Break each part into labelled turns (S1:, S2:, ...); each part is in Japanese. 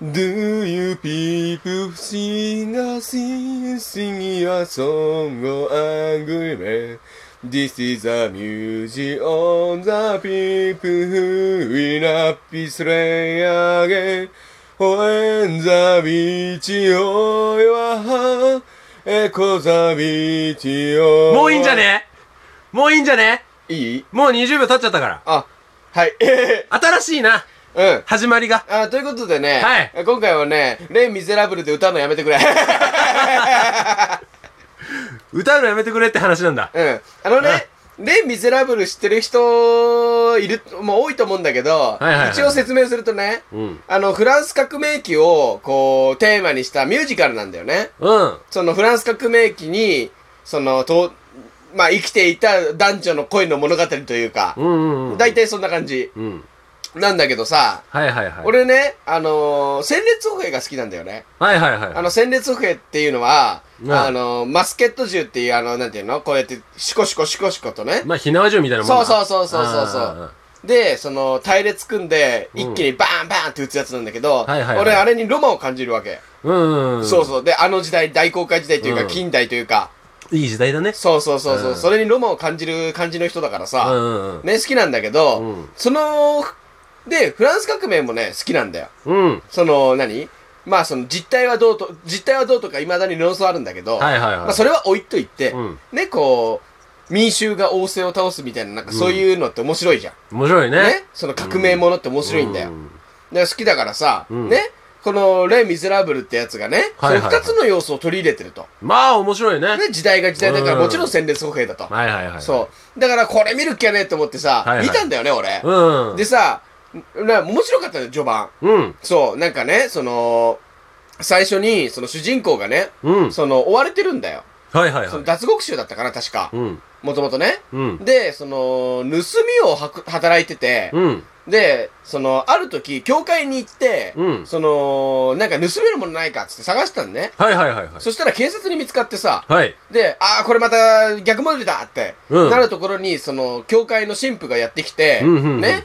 S1: Do you people sing a sing, sing a song o angry man? This is a music on the people who will not be slain again. When the beach of your heart echoes the beach of
S2: もういいんじゃねもういいんじゃね
S1: いい
S2: もう20秒経っちゃったから。
S1: あ、はい。
S2: 新しいな。
S1: うん。
S2: 始まりが。
S1: あということでね、
S2: は
S1: 今回はね「レイ・ミゼラブル」で歌うのやめてくれ
S2: 歌うのやめてくれって話なんだ。
S1: うんあのね「レイ・ミゼラブル」知ってる人いるもう多いと思うんだけど、
S2: いはいはい
S1: 一応説明するとね、
S2: うん。
S1: あのフランス革命期をこうテーマにしたミュージカルなんだよね
S2: うん。
S1: そのフランス革命期にそのと、まあ、生きていた男女の恋の物語というか
S2: うんうんうん。
S1: 大体、そんな感じ
S2: うん。
S1: なんだけどさ、
S2: はいはいはい。。
S1: 俺ねあのー、戦列歩兵が好きなんだよね
S2: はいはいはい。
S1: あの、戦列兵っていうのは、
S2: うん
S1: あの、マスケット銃っていう、あの、なんていうのこうやって、シコシコシコシコとね。
S2: まあ、火縄銃みたいなもんだ
S1: そうそうそうそうそうそう
S2: あ
S1: で、その、隊列組んで、
S2: うん
S1: 一気にバーンバーンって撃つやつなんだけど、
S2: はいはいはい
S1: 俺、あれにロマンを感じるわけ。
S2: ーうん。
S1: そうそう。で、あの時代、大航海時代というか、
S2: うん
S1: 近代というか、
S2: うん。いい時代だね。
S1: そうそうそうそう、
S2: うん
S1: それにロマンを感じる感じの人だから
S2: うん
S1: さ、
S2: うん
S1: ね、好きなんだけど、
S2: うん
S1: その、で、フランス革命もね、好きなんだよ。
S2: うん。うん。
S1: その、何まあ、その、実態はどうと、実態はどうとか、未だに論争あるんだけど、
S2: はいはいはい。
S1: まあ、それは置いといて、
S2: うん
S1: ね、こう、民衆が王政を倒すみたいな、なんかそういうのって面白いじゃん。
S2: 面白いね。
S1: ね。その革命ものって面白いんだよ。
S2: う
S1: だから好きだからさ、
S2: うん
S1: ね。この、レ・ミゼラブルってやつがね、
S2: はいはいはい
S1: その二つの要素を取り入れてると。
S2: まあ、面白いね。
S1: ね、時代が時代だから、
S2: うん
S1: もちろん戦列歩兵だと。
S2: はいはいはい。
S1: そう。だからこれ見るっきゃねえと思ってさ、
S2: はいはい
S1: 見たんだよね、俺。
S2: うん。
S1: でさ、な面白かったのよ、序盤。
S2: うん。
S1: そう、なんかね、その、最初に、その主人公がね、
S2: うん。
S1: その、追われてるんだよ。
S2: はいはい
S1: そ
S2: は
S1: の
S2: い。
S1: 脱獄囚だったかな、確か。
S2: うん。
S1: もともとね。
S2: うん。
S1: で、その、盗みをはく働いてて、
S2: うん。
S1: で、その、ある時、教会に行って、
S2: うん
S1: その、なんか盗めるものないかっつって探したのね。
S2: はいはいはいはい。
S1: そしたら警察に見つかってさ、
S2: はい。
S1: で、ああ、これまた逆戻りだって、
S2: うん
S1: なるところに、その、教会の神父がやってきて、
S2: うんうんうんうん。
S1: ね、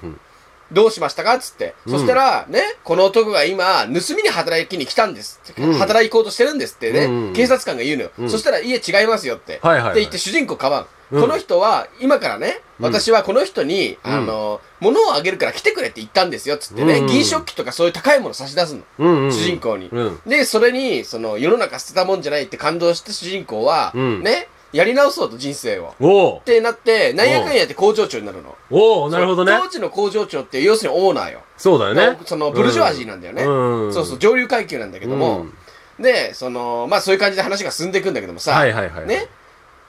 S1: どうしましたかっつって。
S2: うん
S1: そしたら、ね、この男が今、盗みに働きに来たんですって。
S2: うん
S1: 働こうとしてるんですってね、
S2: うんうん
S1: 警察官が言うのよ。
S2: うん
S1: そしたら、家違いますよって。
S2: はいはいはい
S1: って言って主人公かばん。
S2: うん
S1: この人は、今からね、
S2: うん
S1: 私はこの人に、
S2: うん
S1: あの、物をあげるから来てくれって言ったんですよ、つってね、
S2: うん
S1: 銀食器とかそういう高いもの差し出すの。
S2: うんうんうん。
S1: 主人公に
S2: うん。
S1: で、それに、その、世の中捨てたもんじゃないって感動した主人公は、
S2: うん
S1: ね、やり直そうと人生を。
S2: おお
S1: ってなって、なんやかんやって工場長になるの。
S2: おおなるほどね
S1: そ。の当時の工場長って、要するにオーナーよ。
S2: そうだよね。
S1: そのブルジョワジーなんだよね、
S2: うん
S1: そうそう上流階級なんだけども、
S2: うん
S1: でそのまあそういう感じで話が進んでいくんだけどもさ、
S2: はいはいはい。
S1: ね。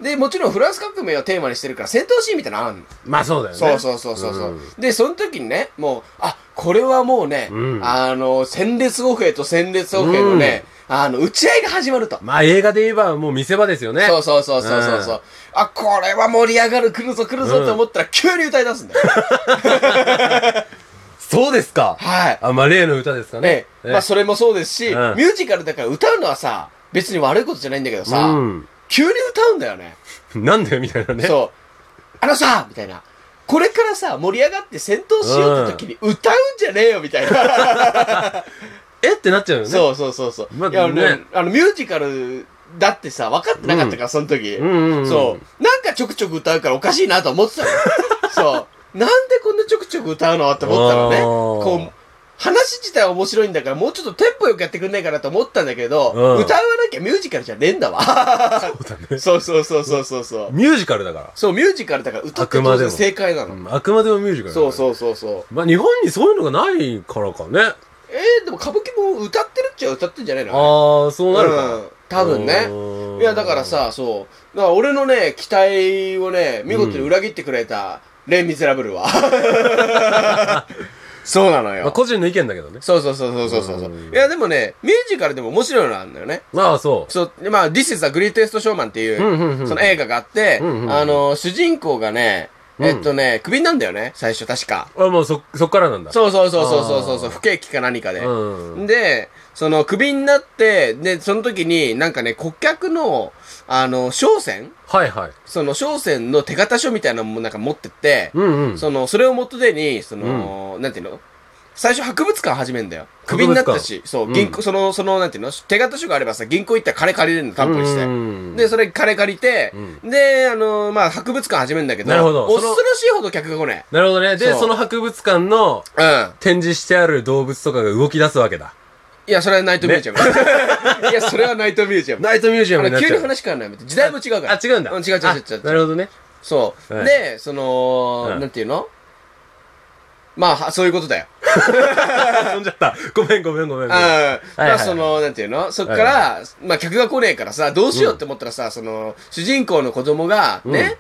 S1: でもちろんフランス革命をテーマにしてるから戦闘シーンみたいなのあんの、
S2: まあそうだよね。
S1: そうそうそうそうそう、
S2: ん
S1: でその時にねもうあこれはもうね、
S2: うん
S1: あの戦列歩兵と戦列歩兵のね、あの打ち合いが始まると、
S2: まあ映画で言えばもう見せ場ですよね。
S1: そうそうそうそうそうそううあこれは盛り上がる来るぞ来るぞって思ったら急に歌い出 すんだよ、
S2: そうですか。
S1: はい
S2: あ、まあ例の歌ですかね
S1: ね。まあそれもそうですし、
S2: うん
S1: ミュージカルだから歌うのはさ、別に悪いことじゃないんだけどさ、
S2: うん。
S1: 急に歌うんだよね。
S2: なんだよみたいなね。
S1: そう。あのさ、みたいな。これからさ、盛り上がって戦闘しようって時に歌うんじゃねえよ、みたいな。
S2: えってなっちゃうよね。
S1: そうそうそうそう。
S2: まあ
S1: いや、ね
S2: ね、
S1: あの、ミュージカルだってさ、分かってなかったから、その時。
S2: うんうんうん
S1: そう。なんかちょくちょく歌うからおかしいなと思ってた の。そう。なんでこんなちょくちょく歌うのって思ったのね。
S2: あー
S1: こう、話自体面白いんだから、もうちょっとテンポよくやってくんないかなと思ったんだけど、
S2: うん
S1: 歌わなきゃミュージカルじゃねえんだわ。
S2: そうだね。
S1: そうそうそうそうそうそう。
S2: ミュージカルだから。
S1: そう、ミュージカルだから歌って
S2: あくま
S1: 当
S2: でも
S1: 然正解なの。
S2: うんあくまでもミュージカルだから
S1: そうそうそうそう。
S2: まあ日本にそういうのがないからかね。
S1: えー、でも歌舞伎も歌ってるっちゃ歌ってんじゃないのあ、
S2: ああ、そうなるか。
S1: うん。多分ね。
S2: ね
S1: いや、だから。さ、そう。だから俺のね、期待をね、見事に裏切ってくれた、レ・ミゼラブルは。 そうなの
S2: まあ、
S1: よ。
S2: 個人の意見だけどね。
S1: そうそうそうそうそうそう。
S2: うん
S1: いや、でもね、ミュージカルでも面白いのあるんだよね。
S2: まあそ
S1: そう、でまあ、This is a Greatest Showman っていう、
S2: うんうんうん
S1: その映画があって、
S2: うんうんうん
S1: あの、主人公がね、
S2: うん
S1: えっとね、クビになんだよね、最初確か。
S2: う。あ、もうそ、そっからなんだ。
S1: そうそうそうそうそうそうそう、
S2: あー
S1: 不景気か何かで。
S2: うんうん。
S1: で、その、クビになって、で、その時に、なんかね、顧客の、あの、商船
S2: はいはい。
S1: その商船の手形書みたいなのもなんか持ってって、
S2: うんうん。
S1: その、それを元手に、その、なんていうの最初博物館始めんだよ。ク
S2: 博
S1: ビ
S2: 物
S1: にな
S2: 館
S1: ったし、そう、銀行、
S2: う
S1: その、その、なんていうの手形書があればさ、銀行行ったら金借りれるの、担保にして。
S2: うん
S1: で、それ金借りて、で、あのーまあ、博物館始めんだけど、
S2: なるほど
S1: 恐
S2: そ
S1: ろ
S2: の
S1: しいほど客が来ね
S2: なるほどね。で、
S1: そう
S2: その博物館の
S1: え。うん。
S2: 展示してある動物とかが動き出すわけだ。
S1: いや、それはナイトミュージアム。 いや、それはナイトミュージアム。
S2: ナイトミュージ
S1: あ
S2: アムにな
S1: の
S2: っち
S1: 急
S2: ゃ
S1: に
S2: う。
S1: 話変わらない。時代も違うから。
S2: あ、違うんだ。
S1: うん違う違う違う違う
S2: あなるほ どね。
S1: そう。
S2: はい
S1: で、その、
S2: うん
S1: なんていうのまあは、そういうことだよ。
S2: 飛んじゃった。ごめんごめんごめんごめん。
S1: ああ、
S2: はい
S1: ま
S2: は
S1: あ
S2: い
S1: その、なんていうのそっから、まあ客が来ねえからさ、どうしようって思ったらさ、その、主人公の子供が、ね、
S2: うん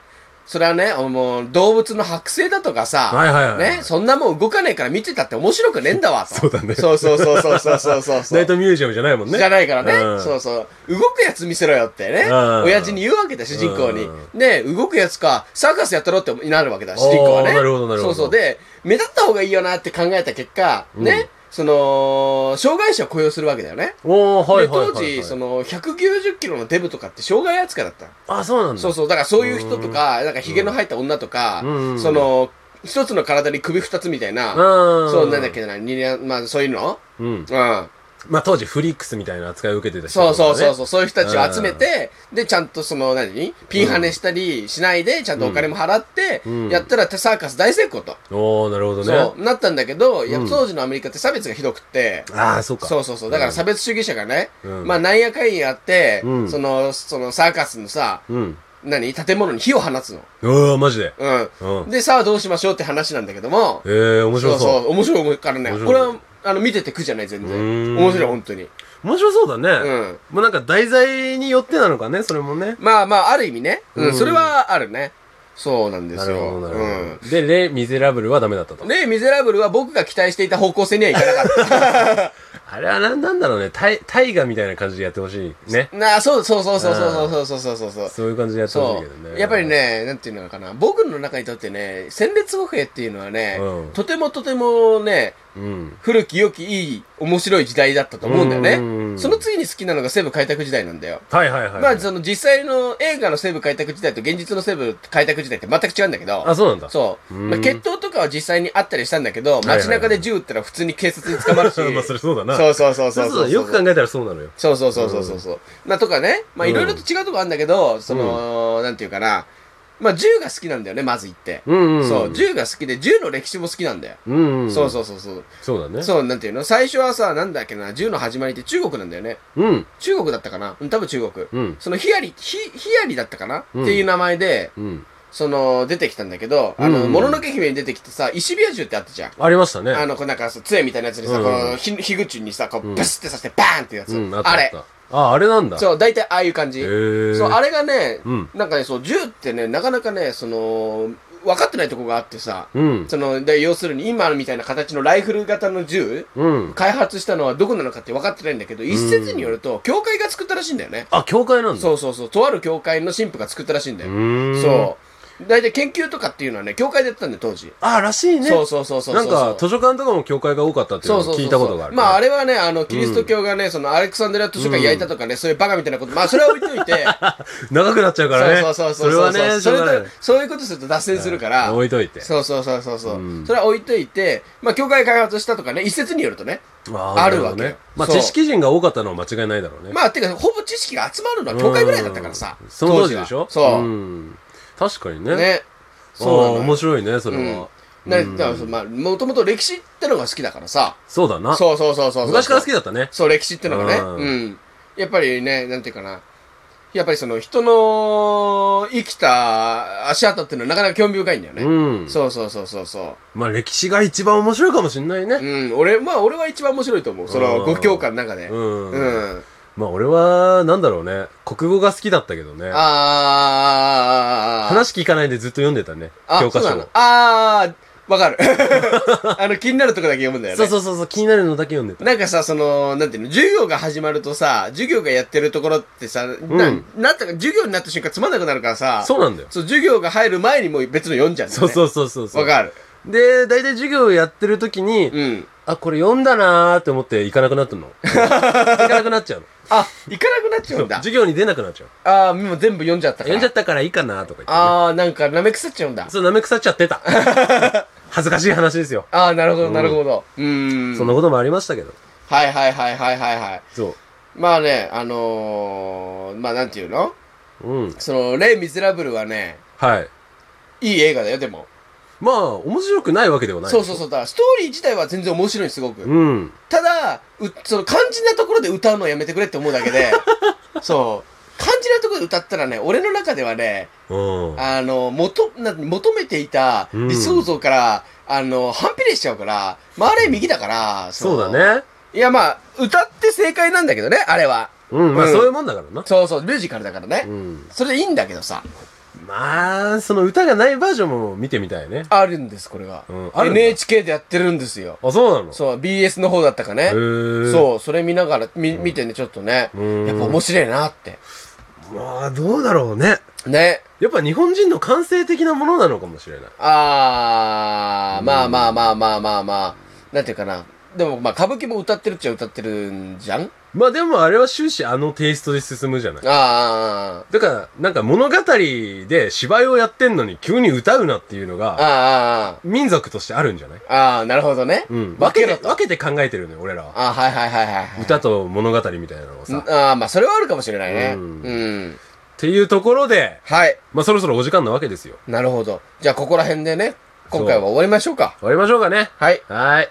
S1: それはね、もう、動物の剥製だとかさ、
S2: はいはいはい
S1: ね、そんなもん動かねえから見てたって面白くねえんだわ、と
S2: そうだね
S1: そうそうそうそうそうそう そうそう。
S2: ナイトミュージアムじゃないもんね。
S1: じゃないからね、
S2: うん
S1: そうそう。動くやつ見せろよってね。
S2: うん
S1: 親父に言うわけだ、主人公に
S2: う。
S1: ね動くやつか、サーカスやったろってなるわけだ、主人公はね。
S2: おーなるほどなるほど
S1: そうそう。で、目立った方がいいよなって考えた結果、
S2: うん
S1: ね、その、障害者を雇用するわけだよね。
S2: おー、はいはいはいはい。
S1: で、当時、その、190キロのデブとかって障害扱いだったの。
S2: あ、そうなんだ。
S1: そうそう。だからそういう人とか、なんかヒゲの生えた女とか、
S2: うん
S1: その、一つの体に首二つみたいな、
S2: うん。
S1: そう、なんだっけな、にまあ、そういうの
S2: うん。
S1: うん。
S2: まあ当時フリックスみたいな扱いを受けてた人
S1: そうそうそう
S2: う。
S1: そう、そういう人たちを集めて、で、ちゃんとその、何ピンハネしたりしないで、ちゃんとお金も払って
S2: うん、
S1: やったらサーカス大成功と。
S2: おー、なるほど
S1: そ
S2: ね。
S1: う、なったんだけど、やっ
S2: うん
S1: ぱ当時のアメリカって差別がひどくって、
S2: ああ、そうか。
S1: そうそうそう、だから差別主義者がね、
S2: うん
S1: まあ、なんやかんやあって、
S2: うん
S1: その、そのサーカスのさ、
S2: うん。
S1: 何建物に火を放つの。
S2: うわマジで。
S1: う。
S2: うんん。
S1: で、さあどうしましょうって話なんだけども、
S2: えー、面白
S1: そ
S2: そう
S1: そう、面白いからね、
S2: 面白い
S1: これは、あの、見てて苦じゃない、全
S2: うー
S1: 然。
S2: ん
S1: 面白い、本当に。
S2: う。面白そうだ
S1: う
S2: ね。
S1: ん。
S2: もうなんか題材によってなのかね、それもね。
S1: まあまあ、ある意味ね。う、
S2: うんん
S1: それはあるね。そうなんですよ。うん。
S2: ど。で、レ・ミゼラブルはダメだったと。
S1: で、ミゼラブルは僕が期待していた方向性にはいかなかっ
S2: あれはなんなんだろうね。大大河みたいな感じでやってほしい。ね。
S1: た。 なあ、そうそうそうそうそうそうそうそうそうそう。
S2: そういう感じでやってほしい
S1: そ
S2: けど
S1: う。
S2: ね。
S1: やっぱり。ね、なんていうのかな。僕の中にとってね、戦列語兵っていうのはね、
S2: うん
S1: とてもとてもね、
S2: うん。
S1: 古き良きいい面白い時代だったと思うんだよ
S2: う
S1: ね。
S2: ん
S1: その次に好きなのが西部開拓時代なんだよ。
S2: はいはいはい。
S1: まあ、その実際の映画の西部開拓時代と現実の西部開拓時代って全く違うんだけど。
S2: あ、そうなんだ。
S1: そう。
S2: うん
S1: まあ、決闘とかは実際にあったりしたんだけど、
S2: いはい
S1: 街中で銃撃ったら普通に警察に捕まるし。
S2: まあ、それそうだな。
S1: そうそうそう
S2: そ
S1: そうう
S2: そう
S1: そ
S2: だ
S1: う。
S2: よく考えたらそうなのよ。
S1: そうそうそうそうそうそう。まあ、とかね。まあ、
S2: うん
S1: いろいろと違うとこあるんだけど、その、なんていうかな。まあ、銃が好きなんだよね、まず言って。
S2: うんうんうん。
S1: そう、銃が好きで、銃の歴史も好きなんだよ。
S2: うんうん。
S1: そう
S2: う。
S1: そうそうそう。
S2: そうだね。
S1: そう、なんていうの最初はさ、なんだっけな、銃の始まりって中国なんだよね。
S2: うん。
S1: 中国だったかなうん、多分中国。
S2: うん。
S1: そのヒアリ、ヒ、ヒアリだったかな、
S2: うん
S1: っていう名前で、
S2: うん。
S1: その、出てきたんだけど、あ
S2: うん
S1: の、
S2: うん
S1: もののけ姫に出てきてさ、石火矢銃ってあったじゃん。
S2: ありましたね。
S1: あの、こうなんか、そう杖みたいなやつにさ、
S2: うん
S1: この、ひ、ひぐちにさ、こ
S2: う
S1: う、
S2: ん
S1: ブスって刺して、バーンってやつ。
S2: うん、あった
S1: あ
S2: あっ
S1: れ。
S2: た。あ、あれなんだ。う。
S1: そう、大体ああいう感じ。
S2: へ
S1: そ
S2: ー。
S1: う、あれがね
S2: うん、
S1: なんかね、そう、銃ってね、なかなかね、その、分かってないとこがあってさ、
S2: うん。
S1: その、で、要するに今みたいな形のライフル型の銃、
S2: うん。
S1: 開発したのはどこなのかって分かってないんだけど、一説によると、教会が作ったらしいんだよね。
S2: あ、教会なんだ。
S1: そうそうそう、とある教会の神父が作ったらしいんだ
S2: う
S1: よ。
S2: ーん。
S1: そう。大体研究とかっていうのはね、教会でやってたんだよ、当時。
S2: あ、らしいね。
S1: そうそうそうそうそう。
S2: なんか、図書館とかも教会が多かったっていう
S1: そ
S2: の
S1: う
S2: を
S1: そうそうそう
S2: 聞いたことがある。
S1: まあ、あ
S2: れ。
S1: れはね、あの、キリスト教がね、その、アレクサンドリア図書館焼いたとかね、そういうバカみたいなこと、まあ、それは置いと いて、
S2: 長くなっちゃうからね。
S1: そうそうそうそう。
S2: れはね、
S1: そ
S2: しょ
S1: れ
S2: うがない
S1: と、そういうことすると脱線するから、
S2: 置いといて。
S1: そうそうそうそうそう、
S2: うん
S1: それは置いといて、まあ、教会開発したとかね、一説によるとね。
S2: あ
S1: あるわけよ
S2: なほどねまあ、
S1: そう
S2: 知識人が多かったのは間違いないだろうね。
S1: まあ、てか、ほぼ知識が集まるのは教会ぐらいだったからさ
S2: う。んその当時でしょ
S1: はそう。
S2: ん。確かにね。
S1: ね。
S2: そう
S1: そうなの
S2: 面
S1: よ。
S2: 白いね、それは。
S1: ね
S2: うん
S1: だからそのまあ、もともと歴史ってのが好きだからさ。
S2: そうだな。
S1: そうそうそうそうそう。
S2: 昔から好きだったね。
S1: そう、歴史ってのがね。
S2: うん
S1: うん。やっぱりね、なんていうかな。やっぱりその人の生きた足跡っていうのはなかなか興味深いんだよ
S2: う
S1: ね。
S2: ん。
S1: そうそうそうそうそ。
S2: まあ、歴史が一番面白いかもしんないうね。
S1: うん。俺、まあ俺は一番面白いと思う。その
S2: うん
S1: 5教科の中で。
S2: う
S1: うん。
S2: ん。まあ、俺は、なんだろうね。国語が好きだったけどね。
S1: あー。
S2: 話聞かないでずっと読んでたね。
S1: あ
S2: 教科
S1: そう
S2: 書
S1: な
S2: を
S1: の。あー、わかる。 あの、気になるとこだけ読むんだよね。
S2: そうそうそうそう、気になるのだけ読んでた。
S1: なんかさ、その、なんていうの、授業が始まるとさ、授業がやってるところってさ、な
S2: うん
S1: なんとか授業になった瞬間つまんなくなるからさ、
S2: そうなんだよ。
S1: そう、授業が入る前にもう別の読んじゃうんだよ
S2: そ
S1: ね。
S2: うそうそうそうそう。
S1: わかる。
S2: で、大体授業をやってる時に、
S1: うん。
S2: あ、これ読んだなーって思って行かなく なったの。行かなくなっちゃうの。
S1: あ、行かなくなっちゃうんだ。
S2: 授業に出なくなっちゃう。
S1: ああ、もう全部読んじゃったから。
S2: 読んじゃったからいいかなとか言って、ね。
S1: ああ、なんか舐め腐っちゃうんだ。
S2: そう、舐め腐っちゃって た。恥ずかしい話ですよ。
S1: ああ、なるほど、なるほど。うーん。
S2: そんなこともありましたけど。
S1: はいはいはいはいはいはい。
S2: そ
S1: まあね、あのー、まあなんていうの
S2: う。うん。
S1: その、レイ・ミゼラブルはね、
S2: はい。
S1: いい映画だよ、でも。
S2: まあ、面白くないわけではない。
S1: そうそうそう。だから、ストーリー自体は全然面白い、すごく。
S2: うん。
S1: ただ、うその、肝心なところで歌うのやめてくれって思うだけ で、そう。肝心なところで歌ったらね、俺の中ではね、
S2: うん。
S1: あの、求、な求めていた
S2: うん
S1: 理想像から、あの、反比例しちゃうから、まあ、あれ右だから、
S2: そう
S1: の
S2: だね。
S1: いや、まあ、歌って正解なんだけどね、あれは。
S2: うん。まあ、
S1: うん
S2: そういうもんだからな。
S1: そうそう、ミュージカルだからね。
S2: うん。
S1: それでいいんだけどさ。
S2: まあ、その歌がないバージョンも見てみたいね。
S1: あるんです、これが。
S2: うんあるんだ
S1: NHK でやってるんですよ。
S2: あ、そうなの
S1: そう、BS の方だったかね。
S2: へえ
S1: そう、それ見ながら、み、見てね、ちょっとね。
S2: うん
S1: やっぱ面白いなって。
S2: まあ、どうだろうね。
S1: ね。
S2: やっぱ日本人の感性的なものなのかもしれない。
S1: あー、まあ
S2: うん
S1: まあまあまあまあまあ。なんていうかな。でも、まあ、歌舞伎も歌ってるっちゃ歌ってるんじゃん
S2: まあでもあれは終始あのテイストで進むじゃない。
S1: あー
S2: だから、なんか物語で芝居をやってんのに急に歌うなっていうの
S1: あー、
S2: が、
S1: あーあー、あ
S2: 民族としてあるんじゃない
S1: ーあー、なるほどね。
S2: うん。
S1: 分
S2: 分
S1: け
S2: け
S1: ろ
S2: て、
S1: と。
S2: 分けて考えてるのよ、俺らは。
S1: あーはいはいはいはいはい。
S2: 歌と物語みたいなのをさ。っ
S1: ああー、まあ、それはあるかもしれないね。う
S2: うんん。ていうところで、
S1: はい。
S2: まあそろそろお時間なわけですよ。
S1: なるほど。じゃあ、ここら辺でね、今回は終わりましょうか。
S2: 終わりましょうかね。
S1: はい。
S2: はーい。